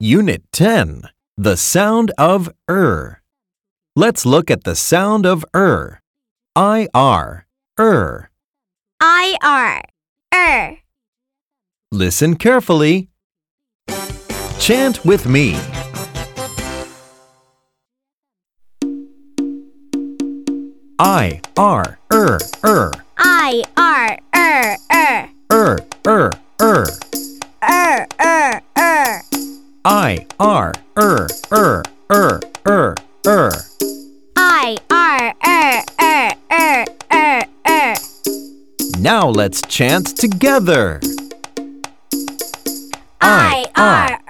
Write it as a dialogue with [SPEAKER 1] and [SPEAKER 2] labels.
[SPEAKER 1] Unit 10 The Sound of Er. Let's look at the sound of Er. I R, Er.
[SPEAKER 2] I R er
[SPEAKER 1] Listen carefully. Chant with me. I R, Er, Er,
[SPEAKER 2] I R er er
[SPEAKER 1] Er, Er, Er.
[SPEAKER 2] er er er
[SPEAKER 1] I R, Er, Er, Er, Er, Er.
[SPEAKER 2] I R er er er er er
[SPEAKER 1] Now let's chant together.
[SPEAKER 2] I R